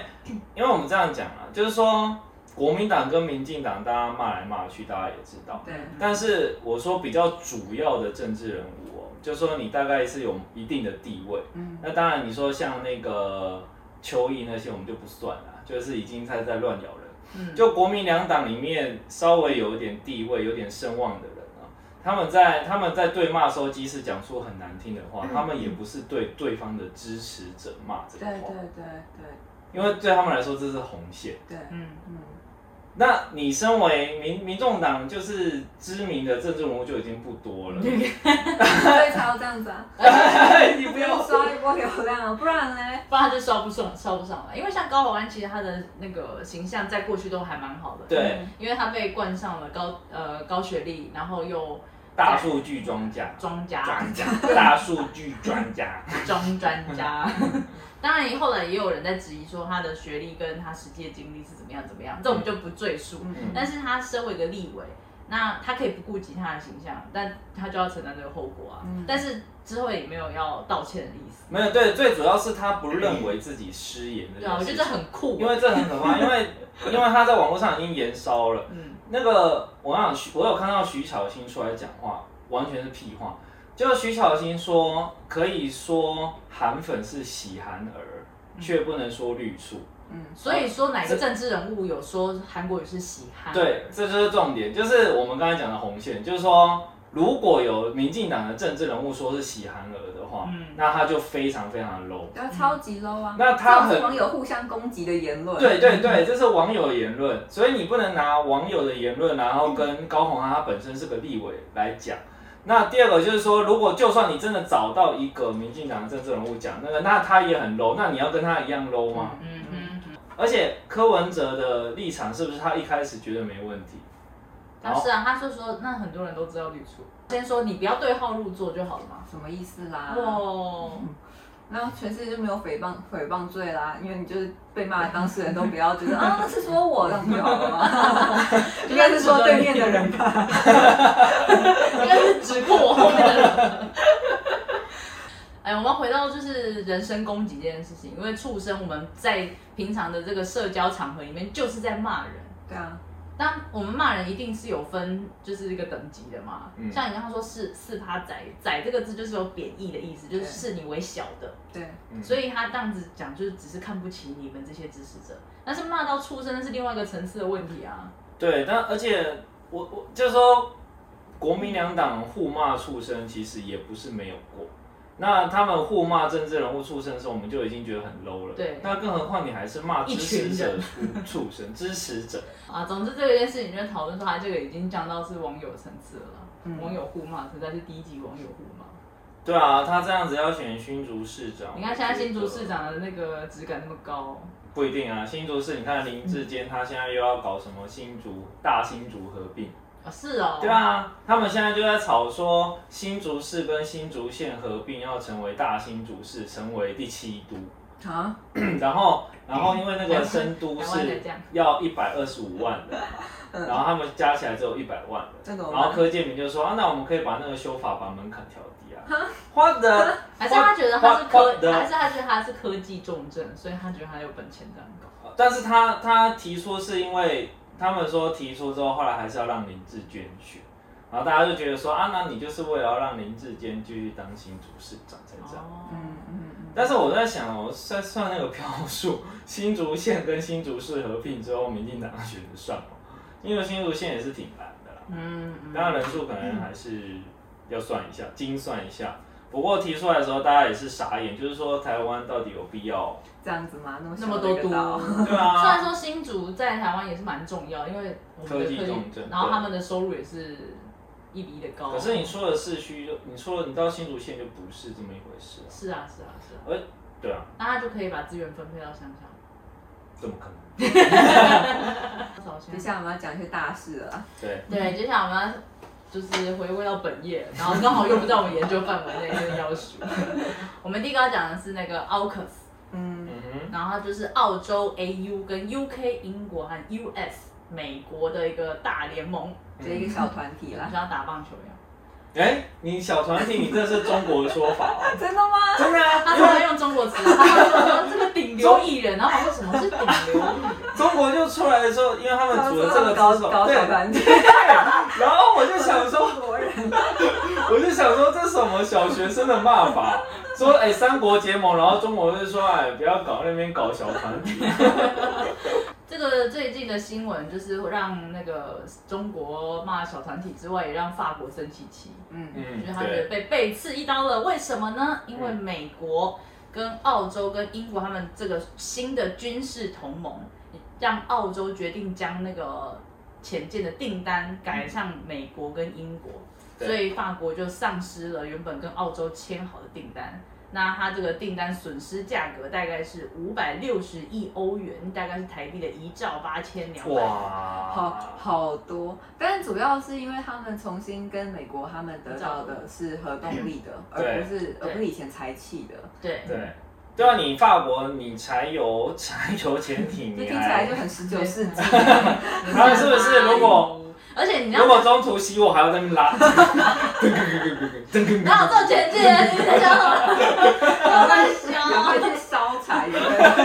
因为我们这样讲啊，就是说国民党跟民进党大家骂来骂去，大家也知道。
对，
但是我说比较主要的政治人物哦，就说你大概是有一定的地位。
嗯，
那当然，你说像那个邱毅那些，我们就不算了，就是已经在在乱咬人。
嗯，
就国民两党里面稍微有一点地位、有点声望的人啊，他们在他们在对骂的时候，即使讲出很难听的话，
嗯
他们也不是对对方的支持者骂这
对
个
对
话，
对对
因为对他们来说这是红线。
对，
嗯，
嗯，
那你身为民民众党就是知名的政治人物就已经不多 了，
所以才要这样子啊，
你不
不要
要
刷一波流量啊，不然呢？
不然他就烧不上，烧不上来。因为像高保安，其实他的那个形象在过去都还蛮好的。
对
因为他被冠上了高呃高学历，然后又
大数据庄家。
庄家
专家，大数据专家，
装专 家。当然，后来也有人在质疑说他的学历跟他实际的经历是怎么样怎么样，这我们就不赘述。
嗯
但是他身为一个立委，那他可以不顾及他的形象，但他就要承担这个后果啊。
嗯
但是之后也没有要道歉的意思。
没有对，最主要是他不认为自己失言的。
对啊，我觉得这很酷
因。为这很可怕，因为因为他在网络上已经延烧了。
嗯，
那个我想徐，我有看到徐巧芯出来讲话，完全是屁话。就徐巧芯说，可以说韩粉是喜韩儿，却不能说绿树。
嗯，
所以说哪个政治人物有说韩国语是喜憨？
对，这就是重点，就是我们刚才讲的红线，就是说。如果有民进党的政治人物说是喜韩儿的话，
嗯
那他就非常非常 low。
对啊，超级 low 啊，
那他很
这种是网友互相攻击的言论，
对对对，这是网友言论，所以你不能拿网友的言论，然后跟高虹安他本身是个立委来讲。那第二个就是说，如果就算你真的找到一个民进党的政治人物讲那个，那他也很 low，那你要跟他一样 low 吗？
嗯哼，
而且柯文哲的立场是不是他一开始觉得没问题？
但是啊，他就说那很多人都知道绿处，先说你不要对号入座就好了嘛。
什么意思啦？
哇，
然后全世界就没有诽谤诽谤罪啦，因为你就是被骂的当事人都不要觉得啊，那是说我这样就好了嘛，应该是说对面的人吧。
应该是指控我后面的人。哎，我们回到就是人身攻击这件事情，因为畜生我们在平常的这个社交场合里面就是在骂人。
对啊，
但我们骂人一定是有分，就是一个等级的嘛。
嗯
像你刚刚说是四趴仔仔这个字就是有贬义的意思，就是
对
视你为小的，
对，
嗯
所以他这样子讲就是只是看不起你们这些支持者。但是骂到畜生那是另外一个层次的问题啊。
对，但而且我我就是说，国民两党互骂畜生，其实也不是没有过。那他们互骂政治人物畜生的时候，我们就已经觉得很 low 了。
对
那更何况你还是骂支持
一群
者
人
畜畜生， 支持者。
啊，总之这件事情就讨论说他这个已经降到是网友层次了啦，
嗯
网友互骂实在是低级网友互骂。
对啊，他这样子要选新竹市长，
你看现在新竹市
长。
长的那个质感那么高，
不一定啊，新竹市，你看林志坚他现在又要搞什么新竹大新竹合并，
啊是哦，
对，啊，他们现在就在吵说新竹市跟新竹县合并，要成为大新竹市，成为第七都。
啊，
然后，然后因为那个深都
台湾的
是
这样
要一百二十五万的，然后他们加起来只有一百万的。
这怎么
然后
办？
柯建明就说啊，那我们可以把那个修法把门槛调低啊。花的，
还是他觉得他是科，
What- what the-
还是他觉得他是科技重症，所以他觉得他有本钱这样搞。
但是他他提出是因为他们说提出之后，后来还是要让林志坚选，然后大家就觉得说啊，那你就是为了要让林志坚继续当新竹市长才这样。
嗯
哦，
嗯嗯，
但是我在想，我在算那个票数， 新竹县跟新竹市合并之后，民进党选得上吗？因为新竹县也是挺难的啦，
嗯，嗯
当然人数可能还是要算一下，精算一下。不过提出来的时候，大家也是傻眼，就是说台湾到底有必要？
这样子嘛，那么
那
小
么
的一
多
个
都，
岛
对啊，
虽然说新竹在台湾也是蛮重要，因为我们
科
的
技重镇
然后
对
他们的收入也是一比一的高。
可是你说的市区，就你说你到新竹县就不是这么一回事啊。
是啊是啊是啊，
对啊，
那他就可以把资源分配到乡下。
怎么可能？
首先
接下来我们要讲一些大事了啊。
对，
对，接下来我们要就是回归到本业，然后刚好又不在我们研究范围内，就是要求。 我们第一个要讲的是那个 AUKUS，
嗯，
嗯哼，
然后它就是澳洲 AU 跟 UK 英国和 US 美国的一个大联盟，
这一个小团体
你
啦
知。道打棒球呀？
哎、你小团体，你这是中国的说法 哦。
真的吗？
真的
他
啊，因
常常
为
用中国词，他说这个顶流艺人，然后我说什么是顶流艺人？
中国就出来的时候，因为他们组了这个
搞
之后，
搞
对，
小团体，
然后我就想说，
中 国人，
我就想说这是什么小学生的骂法，说哎、三国结盟，然后中国就说哎不要搞那边搞小团体，
这个最近的新闻就是让那个中国骂小团体之外，也让法国生气气。
嗯，
嗯
就是，他觉
对，
得
嗯
被被刺一刀了，为什么呢？因为美国跟澳洲跟英国他们这个新的军事同盟，让澳洲决定将那个潜舰的订单改向美国跟英国，
对
所以法国就丧失了原本跟澳洲签好的订单。那它这个订单损失价格大概是五百六十亿欧元，大概是台币的一兆八千两百。
哇，
好好多，但主要是因为他们重新跟美国他们得到的是核动力的，
嗯
而
对
不是而
对
不是以前柴气的，
对，
对，对啊，你法国你柴油柴油潜艇，
这
你
听起来
还
就很十九世 纪。
然
后是不是如果？
而且你知道
如果中途洗我还要在那边拉，
哪有这种前进？你在想什么？ 开玩 笑。
然后去烧 柴，有没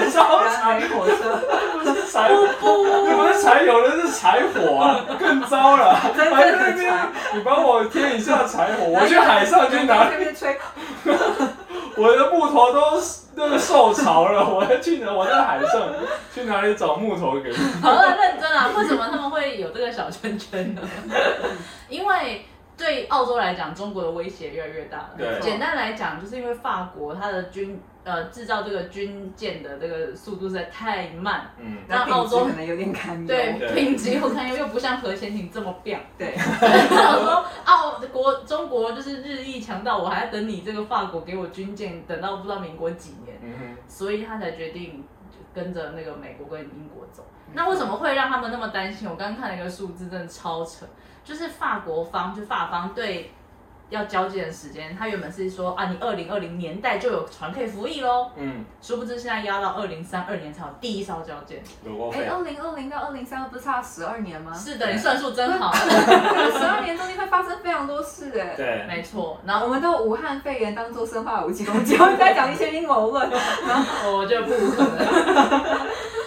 有
烧
燃煤火车，
不是柴火，那不是柴油，那是柴火啊，更糟了。
真
还在那
正的
边
柴，，
你帮我添一下柴火， 我去海上去拿，
这边吹，
我的木头都那个受潮了，我要去哪？我在海上去哪里找木头给你？
好了，认真啊，为什么他们会有这个小圈圈呢？因为对澳洲来讲，中国的威胁越来越大了。
对
简单来讲，就是因为法国它的军呃制造这个军舰的这个速度实在太慢，
嗯，
那
那
品
澳
质
洲
可能有点堪忧。
对
对
品质又堪忧，又不像核潜艇这么 棒。
对，
想说澳国中国就是日益强大，我还要等你这个法国给我军舰，等到不知道民国几年。
嗯哼，
所以他才决定跟着那个美国跟英国走。那为什么会让他们那么担心？我刚刚看了一个数字，真的超扯，就是法国方，就法方对要交接的时间，他原本是说啊，你二零二零年代就有船可以服役喽，
嗯，
殊不知现在压到二零三二年才有第一艘交接。
有过
哎，
费。
二零二零到二零三不是差十二年 吗？
是的，你算数真好，
十二年中间会发生非常多事哎。
对，
没错。然后
我们都武汉肺炎当做生化武器攻击，我们在讲一些阴谋论。
我就不可能。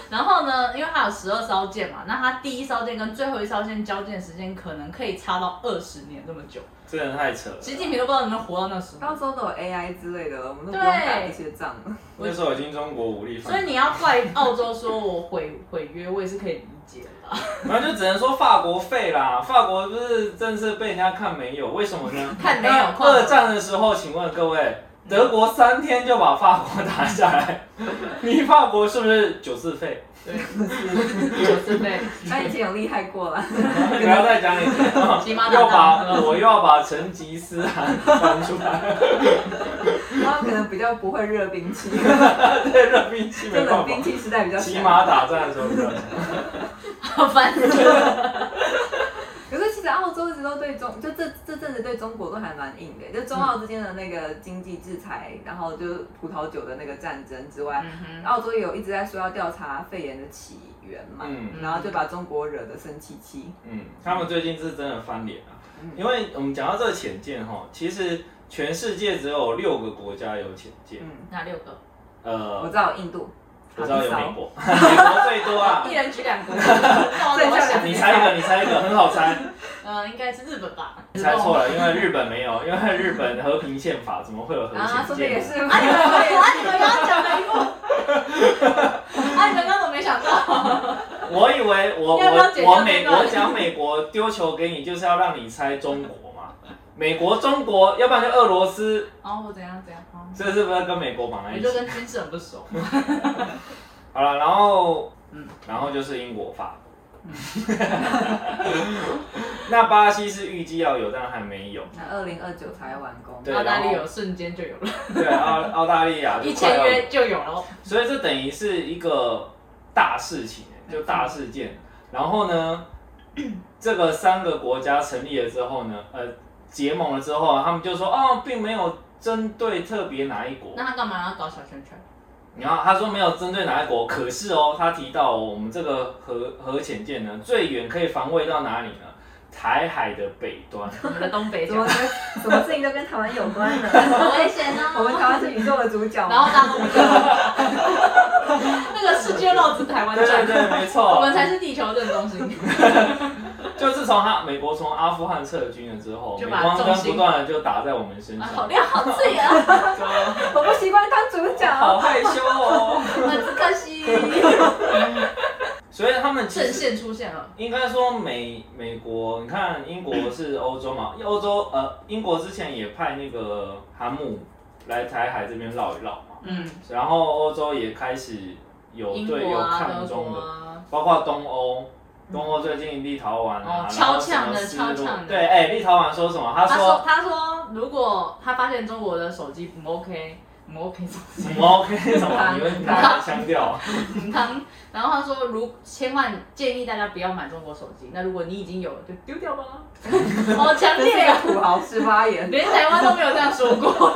然后呢，因为它有十二艘舰嘛，那它第一艘舰跟最后一艘舰交接的时间可能可以差到二十年这么久，
这人太扯了。
习近平都不知道能不能活到那时候
到。时候都有 AI 之类的了，我们都不用打
对
这些仗了。
那时候已经中国武力犯
所以
罪，
你要怪澳洲说我毁毁约，我也是可以理解 的啦。
然后就只能说法国废啦。法国不是政策被人家看没有，为什么 呢？
看没有
那
况
二战的时候，请问各位，德国三天就把法国打下来，你法国是不是九次废？
对，就是被
那以前有厉害过 了，
不要再讲你
骑马
又
打
把呃
仗。
我又要把成吉思汗翻出来，
然后可能比较不会热兵器，
对，热兵器
就
没
冷
办
兵
法。
器时代比较
骑
强
马打仗的时候不要讲，
好 烦死了。
可是其实澳洲一直都对中，就这这阵子对中国都还蛮硬的，就中澳之间的那个经济制裁，然后就葡萄酒的那个战争之
嗯
外，澳洲也有一直在说要调查肺炎的起源嘛，
嗯
然后就把中国惹得生气气。
嗯，他们最近是真的翻脸啊
嗯，
因为我们讲到这个潜舰哈，其实全世界只有六个国家有潜舰，
嗯，
哪六个？
我
呃
知，道有印度，
我知道有
好
美国，美国最多啊
一，人举两个。我怎么想
你猜一个，你猜一个，很好 猜。
呃，应该是日本 吧？
你猜错了，因为日本没有，因为日本和平宪法怎么会有和
第三。啊，说
平
的也
宪
是
法？，
啊， 你们啊，你们刚刚讲了一部。 啊，你们刚刚怎么没想到？
我以为我
要不要剪掉
我我美
这段
国讲美国丢球给你，就是要让你猜中国嘛。美国、中国，要不然就俄罗斯，
哦，我怎样怎样？哦
这是不是跟美国绑在
我
一
就
起？
跟军事很不熟。
好了，然后
嗯，
然后就是英国、法国。
嗯
那巴西是预计要有，但还没有。
那二零二九才完工。
对
澳大利有瞬间就有了，
对，澳澳大利亚就
一
快
签
要
约就有了。
所以这等于是一个大事情，
嗯
就大事件。然后呢， 这个三个国家成立了之后呢，呃，结盟了之后，他们就说哦，并没有针对特别哪一国。
那他干嘛要搞小圈圈？
然后他说没有针对哪一国，可是哦，他提到、哦、我们这个核核潜舰呢，最远可以防卫到哪里呢？台海的北 端。
我们的东北
怎
角
么跟什么事情都跟台湾有关呢？
好危险啊
我们台湾是宇宙的主角
然后
嘛，
大陆不就 那个世界绕着台湾
对对
转，
对，没
我
错
们。才是地球正中心。
就自从他美国从阿富汗撤军了之后，
就
美
把
光
重
灯
心
不断的就打在我们身
啊
上。
好亮，好脆啊！
我不习惯当主角。
害羞哦。
很可惜，
所以他们其
阵
实
线出现了。
应该说美美国，你看英国是欧洲嘛，欧洲呃英国之前也派那个航母来台海这边绕一绕嘛，
嗯，
然后欧洲也开始有
英
对
国
有
啊，
抗
德
中
国
的，
啊，
包括东欧。东欧最近立陶宛啊
哦，
然后
敲墙的
什么斯洛
敲墙的
对，哎，立陶宛说什么？他
他说
说
他说如果他发现中国的手机不 OK。不 OK，
什么 OK 什么？你们哪来的腔调 啊？
嗯他然后他说如千万建议大家不要买中国手机。那如果你已经有了，就丢掉吧。 好强
这是一
烈
个
啊！
土豪式发言。
连台湾都没有这样 说过。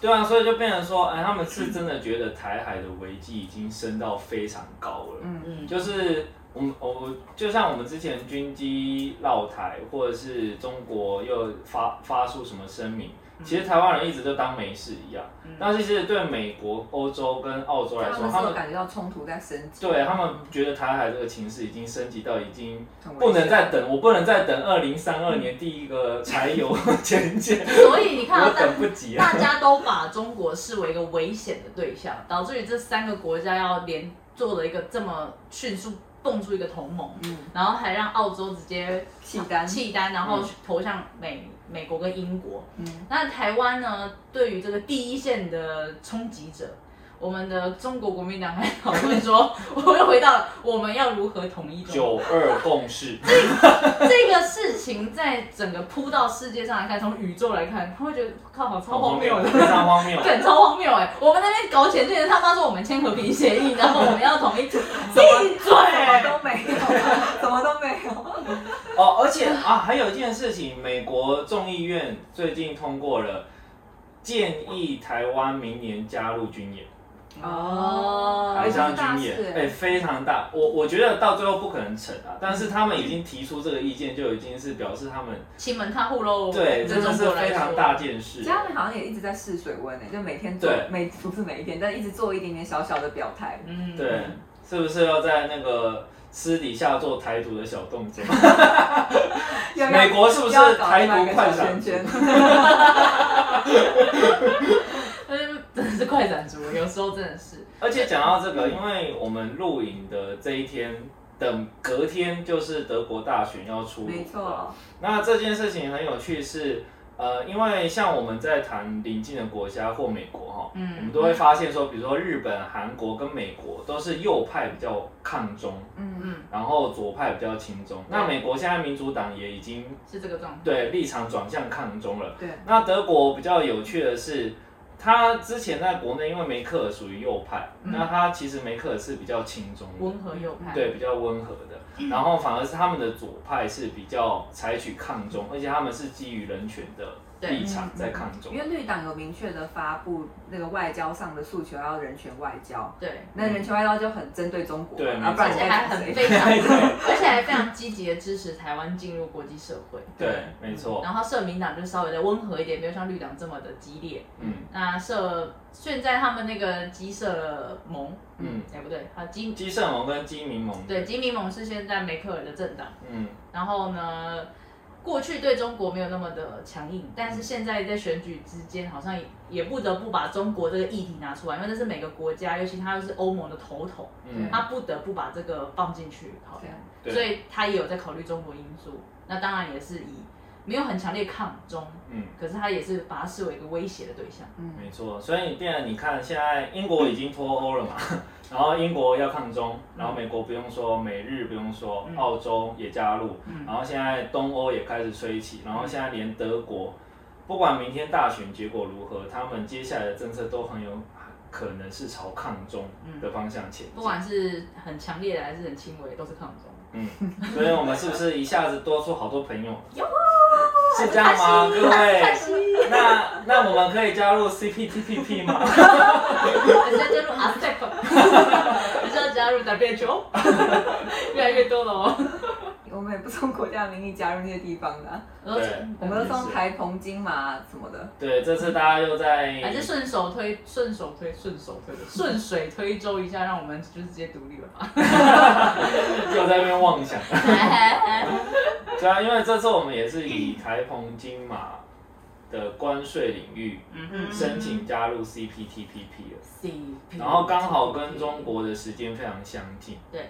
对啊，所以就变成说，哎，他们是真的觉得台海的危机已经升到非常高了。
嗯，
嗯，
就是我们我我就像我们之前军机绕台，或者是中国又发发出什么声明，其实台湾人一直就当没事一样。但是其实对美国、欧洲跟澳洲来
他
说，
们
他
是有
们
感觉到冲突在升级，
对他们觉得台海这个情势已经升级到已经
很危险
不能再等，我不能再等二零三二年第一个柴油前舰，
所以你看
我
啊，
等不及啊。
大家都把中国视为一个危险的对象， 导致于这三个国家要连做了一个这么迅速蹦出一个同盟，
嗯
然后还让澳洲直接
契丹，
弃单，然后
嗯
投向美美国跟英国。
嗯，
那台湾呢，对于这个第一线的冲击者，我们的中国国民党还讨论说， 我又回到了我们要如何统一中国。
九二共识，
这个事情在整个铺到世界上来看，从宇宙来看，他会觉得靠，好超荒谬的。
非常荒谬。
对，超荒谬哎！我们那边搞钱，就是他妈说我们签和平协议，然后我们要统一，
什么
闭嘴！
都没有，什么都没有。
哦，而且啊，还有一件事情，美国众议院最近通过了建议台湾明年加入军演，
哦
海上
哦这是大
军演
事，
哎、
哎
非常大。我我觉得到最后不可能成啊，但是他们已经提出这个意见，就已经是表示他们
欺门踏户喽！
对
对
真的
中
是
国来
非常
说，
大件事。
家人好像也一直在试水温呢、就每天做
对
每不是每一天，但一直做一点点小小的表态。
嗯，
对，是不是要在那个私底下做台独的小动作？
要
美国是不是
要搞
台独
另外一个
快
小
闪
圈圈？
嗯，真的是快闪族，有时候真的是，
而且讲到这个，因为我们录影的这一天，等隔天就是德国大选要出炉。
没错，
那这件事情很有趣是，呃，因为像我们在谈邻近的国家或美国哈，
嗯
我们都会发现说，比如说日本、韩国跟美国都是右派比较抗中，
嗯，
嗯，
然后左派比较亲中。那美国现在民主党也已经
是这个状态。
对立场转向抗中了。
对，
那德国比较有趣的是，他之前在国内因为梅克尔属于右派，
嗯
那他其实梅克尔是比较亲中的，
温和右派，
对，比较温和的，然后反而是他们的左派是比较采取抗中，而且他们是基于人权的
对
立场在抗中
嗯因。为绿党有明确的发布那个外交上的诉求，要人权外交。
对，
那人权外交就很嗯针对中国，
对
啊，
没
不然
而
错
且
该
还
讲
很
谁
非常，而且还非常积极的支持台湾进入国际社会。
对，没错，
然后社民党就稍微的温和一点，没有像绿党这么的激烈。
嗯
那社现在他们那个基社盟，
嗯，
哎、不对，啊基
基圣盟跟基民盟，
对基民盟是现在梅克尔的政党。
嗯，
然后呢，过去对中国没有那么的强硬，但是现在在选举之间，好像也也不得不把中国这个议题拿出来，因为这是每个国家，尤其它又是欧盟的头头，
嗯
他不得不把这个放进去考量，
对
所以他也有在考虑中国因素。那当然也是以没有很强烈抗中，
嗯，
可是他也是把它视为一个威胁的对象。
嗯
没错。所以变成你看，现在英国已经脱欧了嘛， 然后英国要抗中，然后美国不用说，美日不用说
嗯，
澳洲也加入，
嗯
然后现在东欧也开始吹起，然后现在连德国，不管明天大选结果如何，他们接下来的政策都很有可能是朝抗中的方向前
不
进。
管是很强烈的还是很轻微，都是抗中。
嗯，所以我们是不是一下子多出好多 朋友？是这样吗，各位？那那我们可以加入 CPTPP 吗？
人家加入 ASEP，人家加入 WHO，越来越多了哦。
我们也不从国家的名义加入那些地方的啊、
对
我们都
是
送台澎金马什么的，
对，这次大家又在
还是顺手推，顺手推，顺手推，顺水推舟一下，让我们就是直接独立了吧。
又在那边妄想。 对啊，因为这次我们也是以台澎金马的关税领域
嗯
申请加入 CPTPP 了，
CP，
然后刚好跟中国的时间非常相近。
对。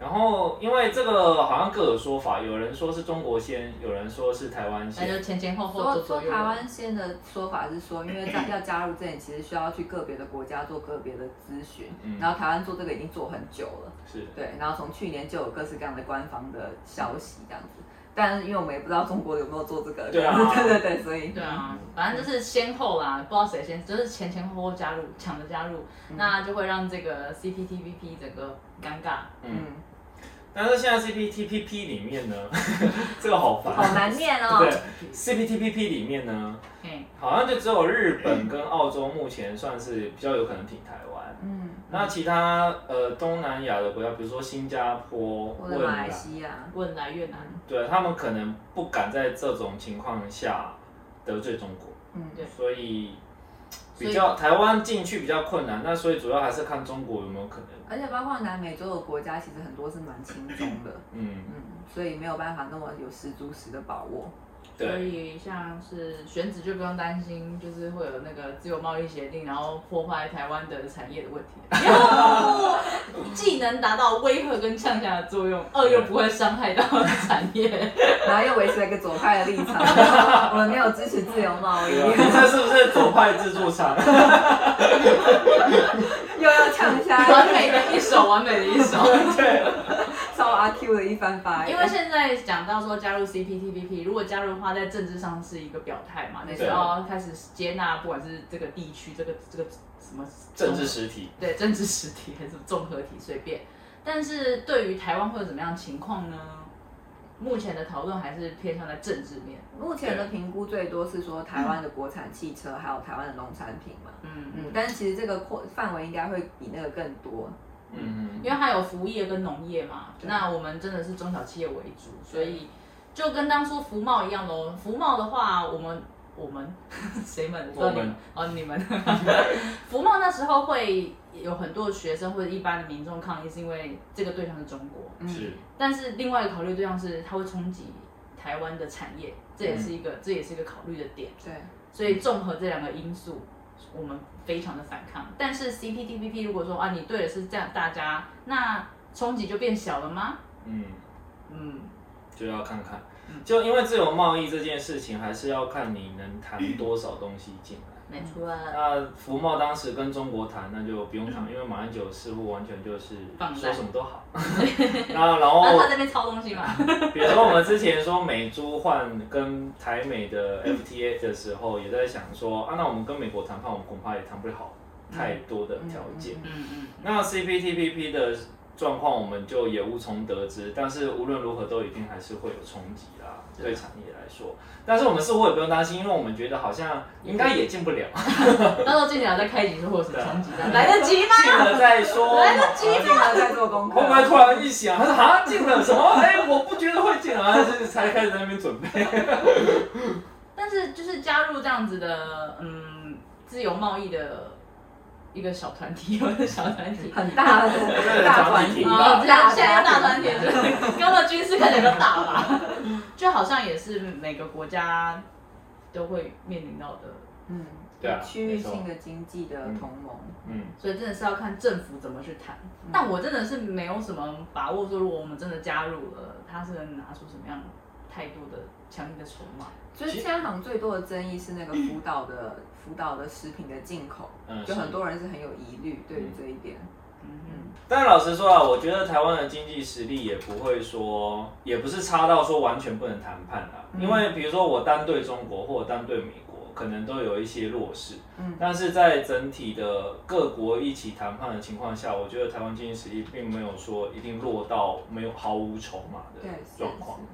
然后因为这个好像各有说法，有人说是中国先，有人说是台湾
那就
先。
前前后后
说
左
说
左右右。
台湾先的说法是说，因为在要加入之前，其实需要去个别的国家做个别的咨询，
嗯
然后台湾做这个已经做很久了，
是。
对，然后从去年就有各式各样的官方的消息这样子，但是因为我们也不知道中国有没有做这个，
对啊
对 对对，所以
对啊，反正就是先后啦，不知道谁先，就是前前后后加入，抢着加入，那就会让这个 CPTPP 整个尴尬。
嗯。
嗯，
但是现在 CPTPP 里面呢， 这个好烦。
好难念哦
对，，CPTPP 里面呢，
嘿，
好像就只有日本跟澳洲目前算是比较有可能挺台湾。
嗯，
那其他呃东南亚的国家，比如说新加坡、
我
汶
的马
莱
来，西亚，
问来越难，
对他们可能不敢在这种情况下得罪中国，
嗯，
对
所以
所以
比较台湾进去比较困难。那所以主要还是看中国有没有可能，
而且包括南美洲的国家，其实很多是蛮轻松的，
嗯，
嗯，所以没有办法那么有十足十的把握。
所
对，
以像是选址就不用担心，就是会有那个自由贸易协定，然后破坏台湾的产业的问题。既能达到威吓跟呛下的作用，二又不会伤害到产业。
然后又维持了一个左派的立 场，我们没有支
啊
持自由贸易
对，啊这是不是左派自助餐？
又要呛一下，
完 美的一首，完美的一首。
遭阿 Q 的一番发言。
因为现在讲到说加入 CPTPP，如果加入的话，在政治上是一个表态嘛，你就
对
要开始接纳，不管是这个地区、这个这个什么
政治实体，
对 政治实体还是综合体，随便。但是对于台湾会有怎么样的情况呢？目前的讨论还是偏向在政治面，
目前的评估最多是说台湾的国产汽车，还有台湾的农产品嘛。
嗯，
嗯，但是其实这个扩范围应该会比那个更多。
嗯
因为它有服务业跟农业嘛，
对
那我们真的是中小企业为主，所以就跟当初服贸一样喽。服贸的话，我们我们谁们？
我们
不知道你哦，你们 服贸那时候会有很多学生或者一般的民众抗议，是因为这个对象是中国，
嗯，是，
但是另外一个考虑对象是它会冲击台湾的产业，这也是一个、这也是一个考虑的点。
对，
所以综合这两个因素，我们非常的反抗。但是 CPTPP 如果说啊，你对的是这样大家，那冲击就变小了吗？
嗯，
嗯，
就要看看
嗯，
就因为自由贸易这件事情，还是要看你能谈多少东西进来。
没错啊，
那福茂当时跟中国谈，那就不用谈，因为马英九似乎完全就是
嗯放烂
说什么都 好。 那然
那
后
他在那边抄东西嘛，
比如说我们之前说美猪换跟台美 的 FTA 的时候，也在想说啊，那我们跟美国谈判，我们恐怕也谈不了太多的条件。
嗯嗯，
那 CPTPP 的状况，我们就也无从得知，但是无论如何都一定还是会有冲击啦，
对
对
啊
产业来说。但是我们似乎也不用担心，因为我们觉得好像应该也进不了，
到时候进来再开集是会有什么冲击的，
嗯
来得及吗？
进了再说。
来得及
最近还在做功课
会。不会突然一想，他说啊进了什么？哎、我不觉得会进啊，就是才开始在那边准备。
但是就是加入这样子的，嗯，自由贸易的一个小团体，我的小团体。
很大的
对
大团
挺
体，
大
哦，这样现在大
团
团
体
体就是跟了军事看起来都大吧， 就好像也是每个国家都会面临到的，
嗯，
对啊
区域性的经济的同盟，
嗯，
所以真的是要看政府怎么去谈。但我真的是没有什么把握说，如果我们真的加入了，他是能拿出什么样态度的强力的筹码？
就是现在好像最多的争议是那个福岛的福岛的食品的进口，
嗯
就是很多人是很有疑虑对于这一点。
嗯
但老实说啊，我觉得台湾的经济实力也不会说，也不是差到说完全不能谈判啦。
嗯
因为比如说我单对中国或者单对美国，可能都有一些弱势。
嗯
但是在整体的各国一起谈判的情况下，我觉得台湾经济实力并没有说一定落到没有毫无筹码的
对，是
状况。
是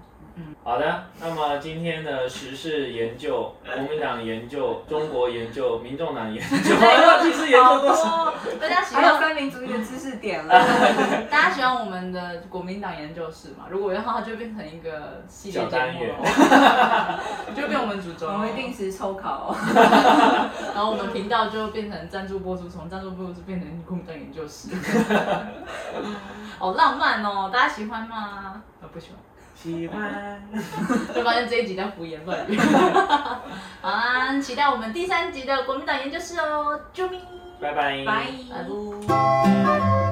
好的，那么今天的时事研究，国民党研究、中国研究、民众党研究， 要其实研究多少？
哦，大家喜
还有
欢
三民主义的知识点了，
大家喜欢我们的国民党研究室嘛？如果要的话，就变成一个系列
小
节
单
目
元
了， 就变我们主轴
我
了。
们会定时抽考哦。
然后我们频道就变成赞助播出，从赞助播出变成共振研究室，好浪漫哦！大家喜欢吗？呃，不喜欢，
喜欢。
就发现这一集在胡言乱语。好啦，期待我们第三集的国民党研究室哦，啾咪，
拜拜。
拜
拜拜。